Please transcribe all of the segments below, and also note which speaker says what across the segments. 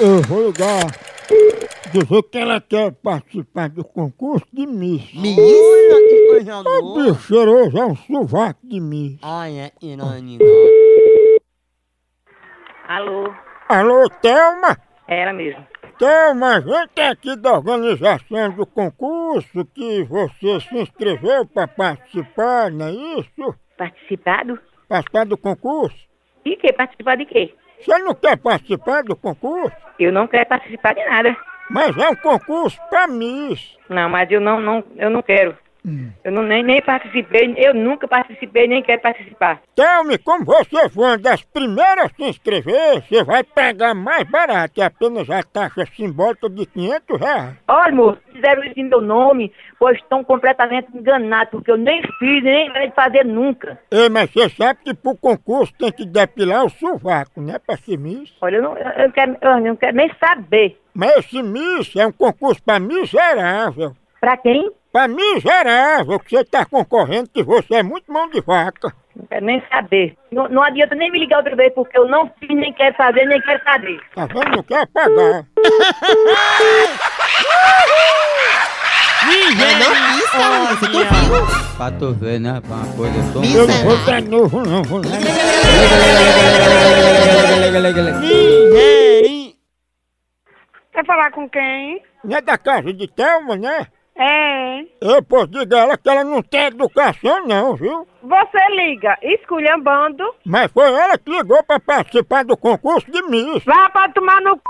Speaker 1: Eu, eu vou ligar. Dizer que ela quer participar do concurso de Miss.
Speaker 2: Menina, que coisa
Speaker 1: Ô
Speaker 2: louca.
Speaker 1: bicho cheiroso, é um sovaco de Miss.
Speaker 2: Olha, Irani.
Speaker 3: Alô,
Speaker 1: Alô, Thelma?
Speaker 3: é ela mesmo.
Speaker 1: Thelma, a gente é aqui da organização do concurso que você se inscreveu para participar, não é isso?
Speaker 3: Participado?
Speaker 1: Participar do concurso?
Speaker 3: De quê? Participar de quê?
Speaker 1: Você não quer participar do concurso?
Speaker 3: Eu não quero participar de nada.
Speaker 1: Mas é um concurso para Miss.
Speaker 3: Não, mas eu não, não, eu não quero. Eu não, nem, nem participei, eu nunca participei, nem quero participar.
Speaker 1: Thelma, como você foi uma das primeiras a se inscrever, você vai pagar mais barato, é apenas a taxa simbólica de 500 reais.
Speaker 3: Olha, moço, fizeram isso em meu nome, pois estão completamente enganados, porque eu nem fiz, nem quero fazer nunca.
Speaker 1: Ei, mas você sabe que pro concurso tem que depilar o sovaco, né, pra ser Miss?
Speaker 3: Olha, eu não, eu, eu quero, eu não quero nem saber.
Speaker 1: Mas esse Miss é um concurso pra miserável.
Speaker 3: Pra quem?
Speaker 1: Pra miserável, que você tá concorrendo que você é muito mão de vaca.
Speaker 3: Não quero nem saber. Não, não adianta nem me ligar outra vez, porque eu não fiz, nem quero fazer, nem quero saber.
Speaker 1: Tá vendo? Não quer pagar.
Speaker 2: Mas não pisca, Larissa, tu viu?
Speaker 4: Pra tu ver, né, rapaz? Uma coisa tão.
Speaker 1: Eu não vou dar novo, não, vou não.
Speaker 2: Miserin.
Speaker 5: Quer falar com quem?
Speaker 1: Não é da casa de Thelma, né?
Speaker 5: É.
Speaker 1: Eu posso diga a ela que ela não tem educação, não, viu?
Speaker 5: Você liga, esculhambando,
Speaker 1: Mas foi ela que ligou pra participar do concurso de Miss.
Speaker 5: vá pra tomar no c...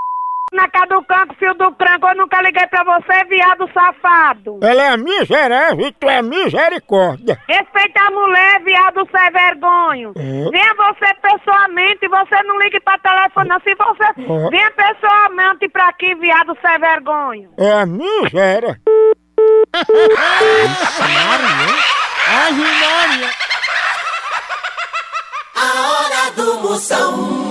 Speaker 5: na cara do canto, fio do cranco, eu nunca liguei pra você, viado safado.
Speaker 1: Ela é a miserável e tu é a misericórdia.
Speaker 5: Respeita a mulher, viado sem vergonho.
Speaker 1: É.
Speaker 5: Venha você pessoalmente, você não ligue pra telefone, não. Se você.
Speaker 1: É.
Speaker 5: Venha pessoalmente pra aqui, viado sem vergonho.
Speaker 1: É a miséria.
Speaker 2: Ai, Maria.
Speaker 6: A hora do Moção.